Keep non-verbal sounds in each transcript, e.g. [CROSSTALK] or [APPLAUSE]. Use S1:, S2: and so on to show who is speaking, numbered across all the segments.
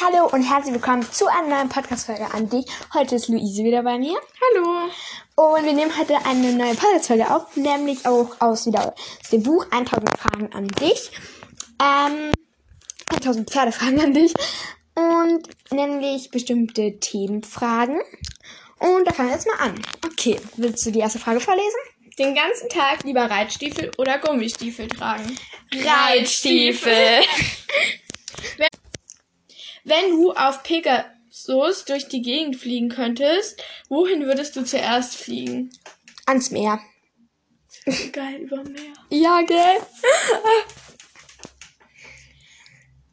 S1: Hallo und herzlich willkommen zu einer neuen Podcast-Folge an dich. Heute ist Luise wieder bei mir.
S2: Hallo.
S1: Und wir nehmen heute eine neue Podcast-Folge auf, nämlich auch aus, wieder aus dem Buch 1000 Fragen an dich. Ähm, 1000 Pferdefragen an dich. Und nämlich bestimmte Themenfragen. Und da fangen wir jetzt mal an. Okay, willst du die erste Frage vorlesen?
S2: Den ganzen Tag lieber Reitstiefel oder Gummistiefel tragen. wenn, wenn du auf Pegasus durch die Gegend fliegen könntest, wohin würdest du zuerst fliegen?
S1: Ans Meer.
S2: Geil über Meer.
S1: Ja, gell?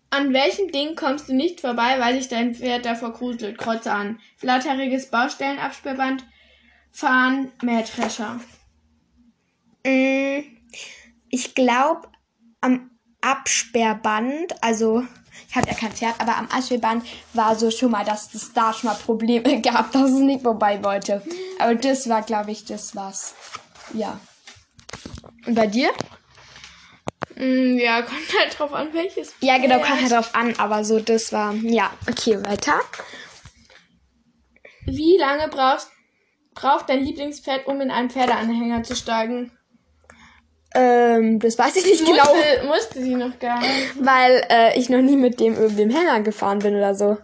S2: An welchem Ding kommst du nicht vorbei, weil sich dein Pferd davor gruselt? Kreuze an. Flatteriges Baustellenabsperrband. Fahren. Mähdrescher.
S1: Mm, Ich glaube, am Absperrband, also ich habe ja kein Pferd, aber am Absperrband war so schon mal, dass es da schon mal Probleme [LAUGHS] gab, dass es nicht vorbei wollte. Aber das war, glaube ich, das war's. Ja. Und bei dir?
S2: Hm, ja, kommt halt drauf an, welches.
S1: Ja, genau,
S2: Pferd.
S1: kommt halt drauf an, aber so, das war, ja. Okay, weiter.
S2: Wie lange brauchst, braucht dein Lieblingspferd, um in einen Pferdeanhänger zu steigen?
S1: Ähm, das weiß ich nicht genau,
S2: Musste, musste sie noch gar nicht.
S1: weil äh, ich noch nie mit dem irgendwie im Hänger gefahren bin oder so.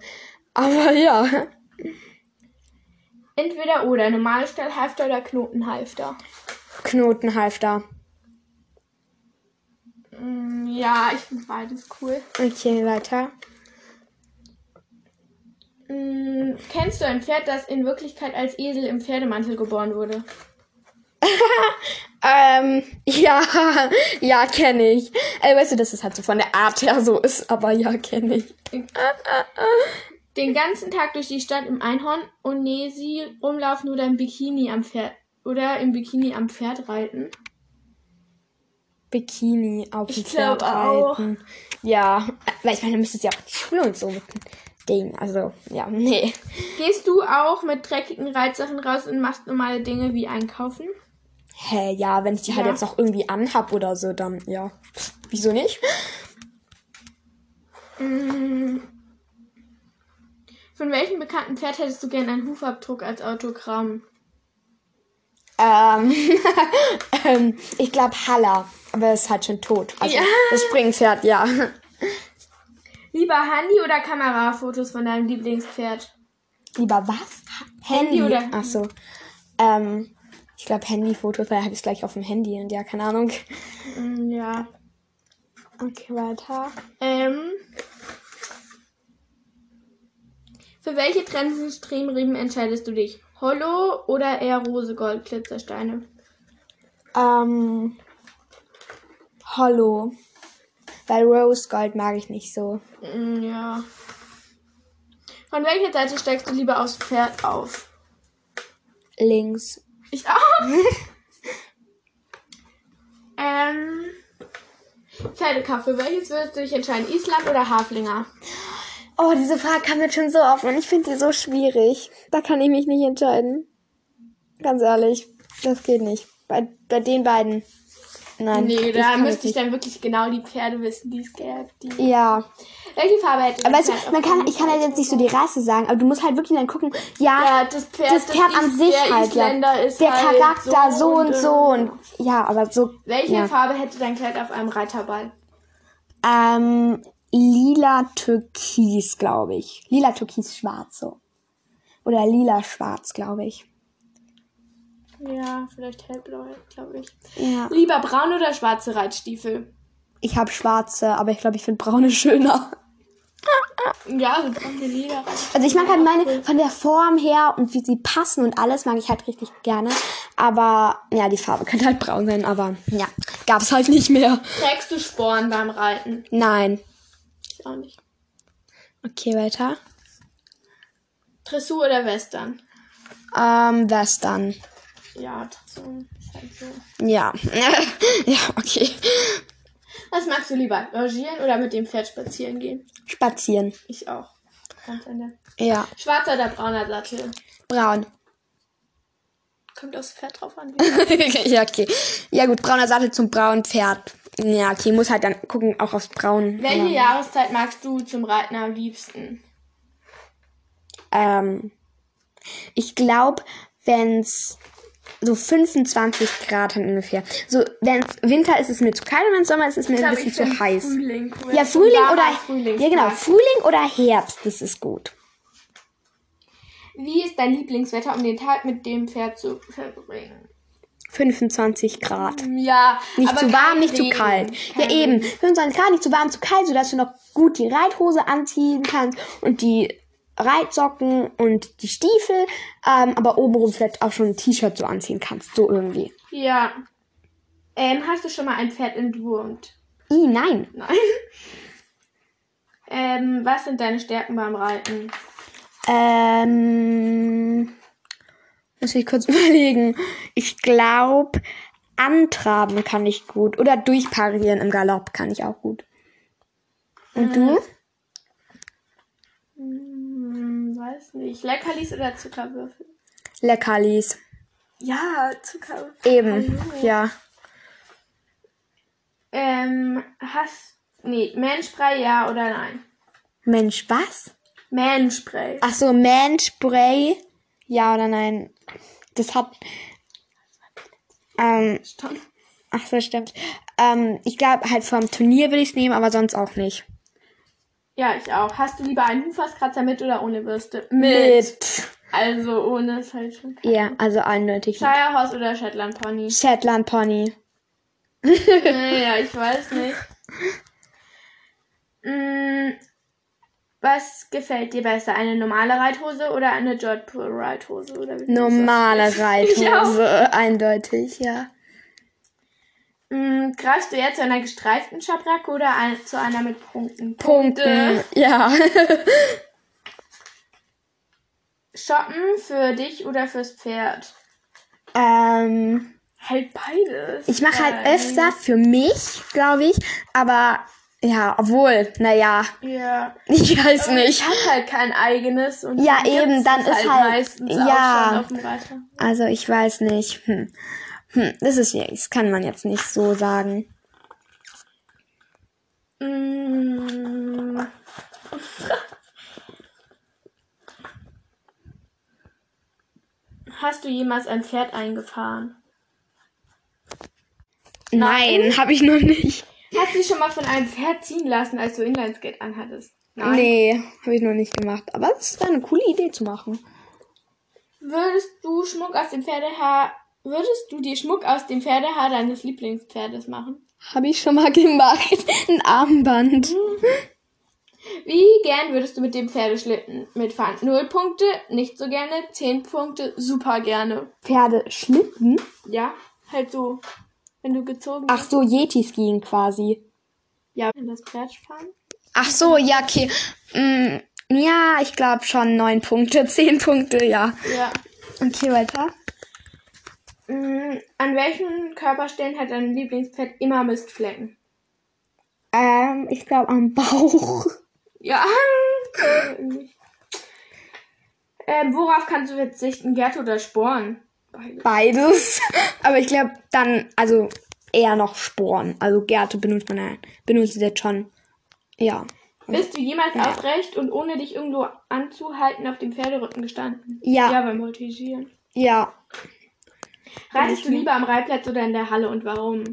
S1: Aber ja. [LAUGHS]
S2: Entweder oder, normale Stallhalfter oder Knotenhalfter.
S1: Knotenhalfter.
S2: Hm, ja, ich finde beides cool.
S1: Okay, weiter.
S2: Hm, kennst du ein Pferd, das in Wirklichkeit als Esel im Pferdemantel geboren wurde?
S1: Ähm, [LAUGHS] ja, ja, kenne ich. Äh, weißt du, dass es halt so von der Art her so ist, aber ja, kenne ich.
S2: Den ganzen Tag durch die Stadt im Einhorn und Nesi rumlaufen oder im Bikini am Pferd oder im Bikini am Pferd reiten.
S1: Bikini auf dem
S2: Ich
S1: Pferd
S2: glaub auch.
S1: reiten. Ja, äh, weil ich meine, müsstest ja auch die Schule und so mit dem Ding. Also, ja, nee.
S2: Gehst du auch mit dreckigen Reitsachen raus und machst normale Dinge wie einkaufen?
S1: Hä, ja, wenn ich die halt
S2: Ja.
S1: jetzt noch irgendwie anhab oder so, dann, ja. Pff, Wieso nicht?
S2: Mm. Von welchem bekannten Pferd hättest du gern einen Hufabdruck als Autogramm?
S1: Ähm, [LAUGHS] ähm ich glaube Halla, aber es ist halt schon tot. Also,
S2: Ja.
S1: das Springpferd, ja.
S2: Lieber Handy oder Kamerafotos von deinem Lieblingspferd?
S1: Lieber was?
S2: Handy oder-
S1: Ach so. Ähm, ich glaube Handyfotos, weil habe ich es gleich auf dem Handy und ja, keine Ahnung.
S2: Mm, ja.
S1: Okay, weiter.
S2: Ähm. Für welche Trends und Stremriemen entscheidest du dich? Hollow oder eher Rosegold Glitzersteine?
S1: Ähm, Hollow. Weil Rose Gold mag ich nicht so.
S2: Mm, ja. Von welcher Seite steigst du lieber aufs Pferd auf?
S1: Links.
S2: Ich [LAUGHS] auch. ähm. Pferdekaffee, welches würdest du dich entscheiden? Island oder Haflinger?
S1: Oh, diese Frage kam jetzt schon so oft und ich finde die so schwierig. Da kann ich mich nicht entscheiden. Ganz ehrlich, das geht nicht. Bei, bei den beiden. Nein.
S2: nee, da
S1: kann
S2: müsste ich
S1: das
S2: dann wirklich genau die Pferde wissen, die es gäbe. Die...
S1: nicht. Ja.
S2: Welche Farbe hätte
S1: Aber
S2: das
S1: weißt du,
S2: Pferd
S1: man
S2: auf
S1: kann,
S2: jeden
S1: ich kann halt
S2: Fall?
S1: jetzt nicht so die Rasse sagen, aber du musst halt wirklich dann gucken, ja,
S2: Ja, das Pferd,
S1: das Pferd
S2: Is-
S1: an sich
S2: der
S1: halt, ja.
S2: Isländer ist
S1: der
S2: halt
S1: Charakter so und so und, ja, aber so,
S2: Welche
S1: ja.
S2: Farbe hätte dein Kleid auf einem Reiterball?
S1: ähm, lila türkis, glaube ich. Lila türkis schwarz, so. Oder lila schwarz, glaube ich.
S2: Ja, vielleicht hellblau, glaube ich.
S1: Ja.
S2: Lieber braun oder schwarze Reitstiefel?
S1: Ich habe schwarze, aber ich glaube, ich finde braune [LAUGHS] schöner.
S2: Ja, so braune Lila.
S1: Also ich mag halt meine, von der Form her und wie sie passen und alles, mag ich halt richtig gerne. Aber, ja, die Farbe könnte halt braun sein, aber, ja, gab's halt nicht mehr.
S2: Trägst du Sporen beim Reiten?
S1: Nein.
S2: Ich auch nicht.
S1: Okay, weiter.
S2: Dressur oder Western?
S1: Ähm, Western.
S2: Ja, Dressur. Ist halt so.
S1: Ja. [LAUGHS] ja, okay.
S2: Was magst du lieber? Logieren oder mit dem Pferd spazieren gehen?
S1: Spazieren.
S2: Ich auch. Ganz Ende.
S1: Ja.
S2: Schwarzer oder brauner Sattel?
S1: Braun. [LAUGHS]
S2: Kommt aufs Pferd drauf an.
S1: ja, okay. Ja, gut, brauner Sattel zum braunen Pferd. Ja, okay, muss halt dann gucken, auch aufs Braun.
S2: Welche Jahreszeit magst du zum Reiten am liebsten?
S1: Ähm, ich glaube, wenn's so 25 Grad haben ungefähr. So, wenn's Winter ist, ist es mir zu kalt und wenn's Sommer ist, ist es mir ein bisschen zu heiß.
S2: Frühling cool.
S1: Ja, Frühling
S2: Warmer
S1: oder
S2: Frühlingstag.
S1: Ja, genau, Frühling oder Herbst, das ist gut.
S2: Wie ist dein Lieblingswetter, um den Tag mit dem Pferd zu verbringen?
S1: 25 Grad.
S2: Mm, Ja,
S1: Nicht
S2: aber
S1: zu warm,
S2: kein
S1: nicht zu
S2: Regen.
S1: kalt.
S2: Kein
S1: ja, eben. 25 Grad, nicht zu warm, zu kalt, sodass du noch gut die Reithose anziehen kannst und die Reitsocken und die Stiefel, ähm, aber obenrum vielleicht auch schon ein T-Shirt so anziehen kannst. So irgendwie.
S2: Regen. Ja. Ähm, hast du schon mal ein Pferd entwurmt?
S1: I, nein.
S2: Nein. ähm, was sind deine Stärken beim Reiten?
S1: Ähm, muss ich kurz [LAUGHS] überlegen. Ich glaube, antraben kann ich gut. Oder durchparieren im Galopp kann ich auch gut. Und
S2: Mhm.
S1: du?
S2: Hm, weiß nicht. Leckerlis oder Zuckerwürfel?
S1: Leckerlis.
S2: Ja, Zuckerwürfel.
S1: Eben, ja.
S2: Ähm, hast. Nee, Manspray ja oder nein? Ah,
S1: Mensch, was?
S2: Manspray.
S1: Ach so, Manspray. Ja oder nein? Das hat. Ähm,
S2: Stopp.
S1: ach so, stimmt. Ähm, ich glaube, halt vom Turnier würde ich es nehmen, aber sonst auch nicht.
S2: Ja, ich auch. Hast du lieber einen Hufauskratzer mit oder ohne Bürste? Also ohne ist halt schon kacke.
S1: Ja, also eindeutig. nicht.
S2: Shire oder Shetland
S1: [LAUGHS]
S2: Pony?
S1: Shetland Pony.
S2: naja, ich weiß nicht. Mm, was gefällt dir besser? Eine normale Reithose oder eine Jodhpur Reithose? Oder wie
S1: Normale
S2: Reithose,
S1: Reithose, eindeutig, ja.
S2: Mm, greifst du eher zu einer gestreiften Schabracke oder ein, zu einer mit Punkten?
S1: Punkten, ja. [LAUGHS]
S2: Shoppen für dich oder fürs Pferd?
S1: ähm,
S2: Halt beides.
S1: ich mache halt
S2: Weil-
S1: öfter für mich, glaube ich, aber ja, obwohl, naja,
S2: Ja.
S1: [LAUGHS] ich weiß
S2: Ich
S1: nicht.
S2: habe halt kein eigenes und
S1: Ja,
S2: gibt's
S1: eben, dann
S2: das
S1: ist
S2: halt
S1: halt-
S2: meistens
S1: ja.
S2: auch schon auf dem Reiter.
S1: Also, ich weiß nicht. Hm. Hm, das ist ja, das kann man jetzt nicht so sagen.
S2: Mm. Hast du jemals ein Pferd eingefahren?
S1: Nein, hab habe ich noch nicht.
S2: Hast du dich schon mal von einem Pferd ziehen lassen, als du Inlineskate anhattest?
S1: Nee, habe ich noch nicht gemacht. Aber es war eine coole Idee zu machen.
S2: Würdest du Schmuck aus dem Pferdehaar, würdest du dir Schmuck aus dem Pferdehaar deines Lieblingspferdes machen?
S1: Habe ich schon mal [LAUGHS] gemacht. Ein Armband.
S2: Wie gern würdest du mit dem Pferdeschlitten mitfahren? Null Punkte, nicht so gerne, zehn Punkte, super gerne.
S1: Pferdeschlitten?
S2: Ja, halt so, wenn du gezogen
S1: Ach so, Yetis gehen quasi.
S2: Ja, in das Pferd fahren.
S1: Ach so, ja, okay. Mm, ja, ich glaube schon neun Punkte, [LAUGHS] zehn Punkte, ja.
S2: Ja.
S1: Okay, weiter.
S2: Mm, an welchen Körperstellen hat dein Lieblingspferd immer Mistflecken?
S1: Ähm, ich glaube am Bauch.
S2: Ja. ähm, worauf kannst du verzichten? Gerte oder Sporen? Beides.
S1: Beides. [LAUGHS] Aber ich glaube dann, also eher noch Sporen. Also Gerte benutzt man ja, benutzt jetzt schon. Ja.
S2: Bist du jemals
S1: Ja.
S2: aufrecht und ohne dich irgendwo anzuhalten auf dem Pferderücken gestanden?
S1: Ja.
S2: Ja, beim Voltigieren.
S1: Ja.
S2: Reitest du lieber am Reitplatz oder in der Halle und warum?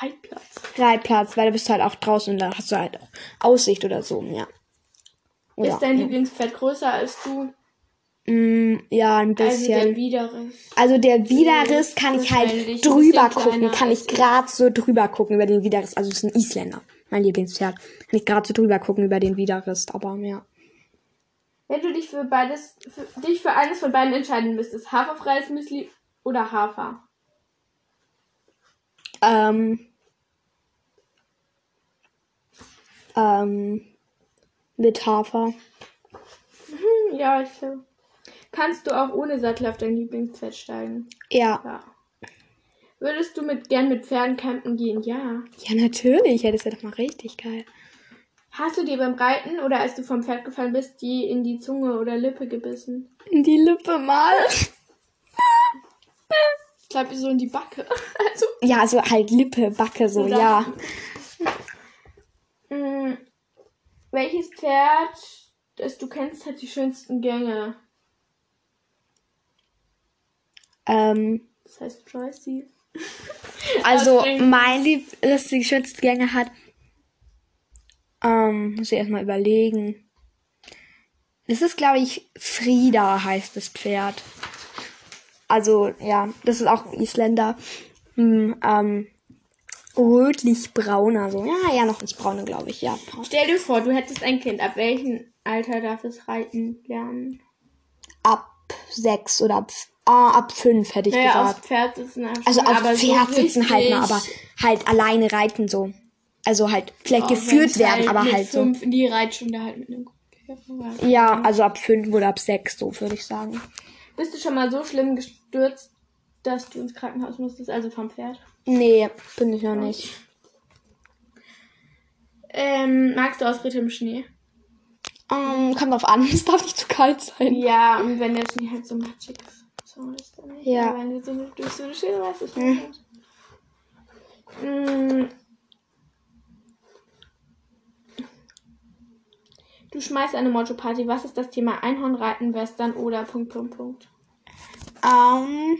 S2: Reitplatz.
S1: Reitplatz, weil da bist du halt auch draußen und da hast du halt auch Aussicht oder so, ja. Oder,
S2: Ist dein Lieblingspferd größer als du?
S1: mm, ja, ein
S2: Also
S1: bisschen.
S2: der Widerriss.
S1: Also der Widerriss kann ich
S2: Wahrscheinlich ein
S1: halt drüber
S2: bisschen
S1: gucken,
S2: kleiner
S1: kann ich gerade so drüber gucken über den Widerriss. Also es ist ein Isländer, mein Lieblingspferd. Kann ich gerade so drüber gucken über den Widerriss, aber ja.
S2: Wenn du dich für beides, für, dich für eines von beiden entscheiden müsstest, haferfreies Müsli oder Hafer?
S1: Ähm, ähm, mit Hafer.
S2: Hm, ja, ich so. Kannst du auch ohne Sattel auf dein Lieblingspferd steigen?
S1: Ja.
S2: Ja. Würdest du mit, gern mit Pferden campen gehen? Ja.
S1: Ja, natürlich. Ja, das wäre doch mal richtig geil.
S2: Hast du dir beim Reiten oder als du vom Pferd gefallen bist, die in die Zunge oder Lippe gebissen?
S1: In die Lippe mal.
S2: Ich glaube, so in die Backe. [LAUGHS] Also.
S1: Ja, also halt Lippe, Backe so,
S2: Oder-
S1: ja.
S2: Mm, welches Pferd das du kennst, hat die schönsten Gänge.
S1: Ähm,
S2: Das heißt Joycey.
S1: also
S2: Ausdenken.
S1: mein Lieb, dass die schönsten Gänge hat. Ähm, muss ich erstmal überlegen. Das ist, glaube ich, Frida heißt das Pferd. Also, ja, das ist auch ein Isländer. Hm, ähm, rötlich-brauner, so. Ja, ja, noch ins Braune, glaube ich, ja.
S2: Stell dir vor, du hättest ein Kind. Ab welchem Alter darf es reiten lernen?
S1: Ab sechs oder ab, f- ah, ab fünf hätte ich
S2: Naja,
S1: gesagt.
S2: auf Pferd sitzen. ab
S1: Also
S2: schon,
S1: auf
S2: aber so
S1: Pferd sitzen halt mal,
S2: richtig-
S1: aber halt alleine reiten so. Also halt vielleicht
S2: Oh,
S1: geführt
S2: wenn's
S1: werden,
S2: halt
S1: aber
S2: mit
S1: halt so.
S2: fünf in die Reitstunde halt mit einem Kuhkäfer war.
S1: Ja, also ab fünf oder ab sechs, so würde ich sagen.
S2: Bist du schon mal so schlimm gestürzt, dass du ins Krankenhaus musstest, also vom Pferd?
S1: Nee, bin ich noch nicht.
S2: Ähm, magst du Ausritte im Schnee?
S1: Ähm, kommt drauf an, [LAUGHS] es darf nicht zu kalt sein.
S2: Ja, und wenn der Schnee halt so matschig ist. So ist dann nicht.
S1: Ja. Hm.
S2: Aber Wenn du so eine, durch so eine Schere weißt, ist das mhm. Du schmeißt eine Motto-Party. Was ist das Thema? Einhornreiten, Western oder Punkt, Punkt, Punkt.
S1: Ähm,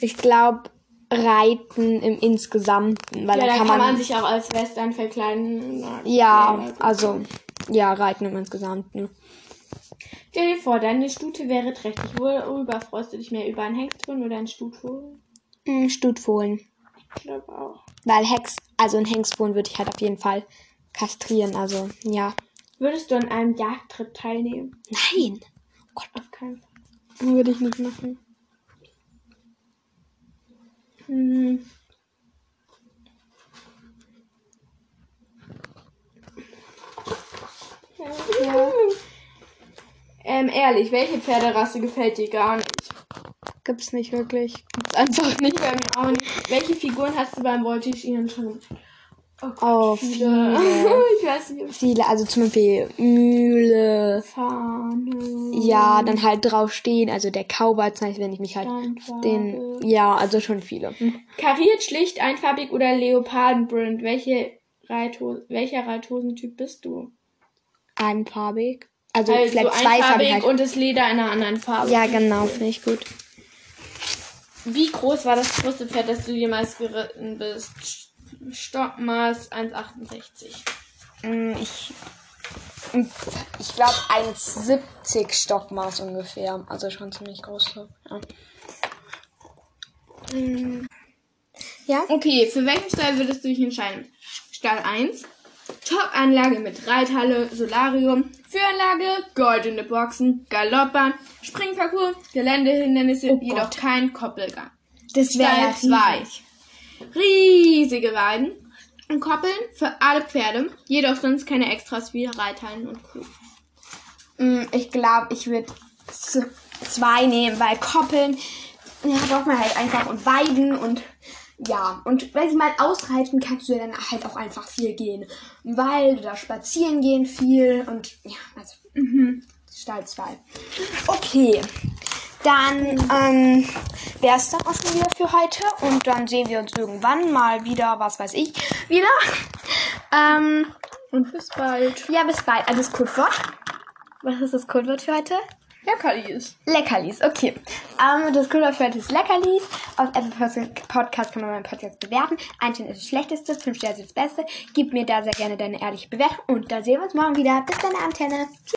S1: ich glaube, reiten im Insgesamten, weil
S2: ja,
S1: da kann, man,
S2: sich auch als Western verkleiden.
S1: Ja, also, ja, reiten im Insgesamten.
S2: Stell dir vor, deine Stute wäre trächtig. Worüber freust du dich mehr? Über einen Hengstwurm oder einen Stutwurm?
S1: Hm, Stutfohlen.
S2: Ich glaube auch.
S1: Weil Hex, also ein Hengstfohlen würde ich halt auf jeden Fall kastrieren, also, ja.
S2: Würdest du an einem Jagdtrip teilnehmen?
S1: Nein!
S2: Auf keinen Fall.
S1: Würde ich nicht machen.
S2: Hm.
S1: Ja.
S2: Ähm, ehrlich, welche Pferderasse gefällt dir gar nicht?
S1: Gibt's nicht wirklich. Gibt's einfach nicht.
S2: Bei mir auch nicht. Welche Figuren hast du beim Voltigieren schon? Oh, Gott,
S1: Oh, viele.
S2: [LAUGHS] ich weiß nicht, ob ich
S1: Viele, also zum Beispiel Mühle.
S2: Fahne.
S1: Ja, dann halt draufstehen, also der Cowboy zum Beispiel, wenn ich mich halt
S2: Steinfarbe.
S1: den. Ja, also schon viele.
S2: Mhm. Kariert, schlicht, einfarbig oder Leopardenprint? Welche Reithose, welcher Reithosentyp bist du?
S1: Einfarbig. Also,
S2: Also
S1: vielleicht
S2: einfarbig
S1: zweifarbig. Halt.
S2: und das Leder in einer anderen Farbe.
S1: Ja, genau, finde ich gut.
S2: Wie groß war das größte Pferd, das du jemals geritten bist? Sch- Stockmaß 1,68.
S1: Mm, Ich, mm, ich glaube 1,70 Stockmaß ungefähr. Also schon ziemlich groß. Ja.
S2: Mhm.
S1: ja?
S2: Okay, für welchen Stall würdest du dich entscheiden? Stall 1, Top-Anlage mit Reithalle, Solarium, Führanlage, goldene Boxen, Galoppbahn, Springparcours, Geländehindernisse,
S1: Oh
S2: jedoch
S1: Gott.
S2: kein Koppelgang.
S1: Das wäre
S2: Stall
S1: ja
S2: 2.
S1: riesig.
S2: Riesige Weiden und Koppeln für alle Pferde, jedoch sonst keine Extras wie Reithallen und Kuh.
S1: Mm, Ich glaube, ich würde z- zwei nehmen, weil Koppeln ja, braucht man halt einfach und Weiden und ja. Und wenn sie mal ausreiten, kannst du ja dann halt auch einfach viel gehen. Weil oder spazieren gehen viel und ja, also mhm, Stall 2. Okay. Dann ähm, wäre es dann auch schon wieder für heute und dann sehen wir uns irgendwann mal wieder, was weiß ich, wieder. [LAUGHS] Ähm,
S2: Und bis bald.
S1: ja, bis bald. Alles Codewort. Was ist das Codewort für heute?
S2: Leckerlis.
S1: Leckerlis, okay. Ähm, das Coole für heute ist Leckerlis. Auf Apple Pod- Podcast kann man meinen Podcast bewerten. Einstein ist das Schlechteste, 5 Sterne ist das Beste. Gib mir da sehr gerne deine ehrliche Bewertung und dann sehen wir uns morgen wieder. Bis dann, Antenne. Tschüss.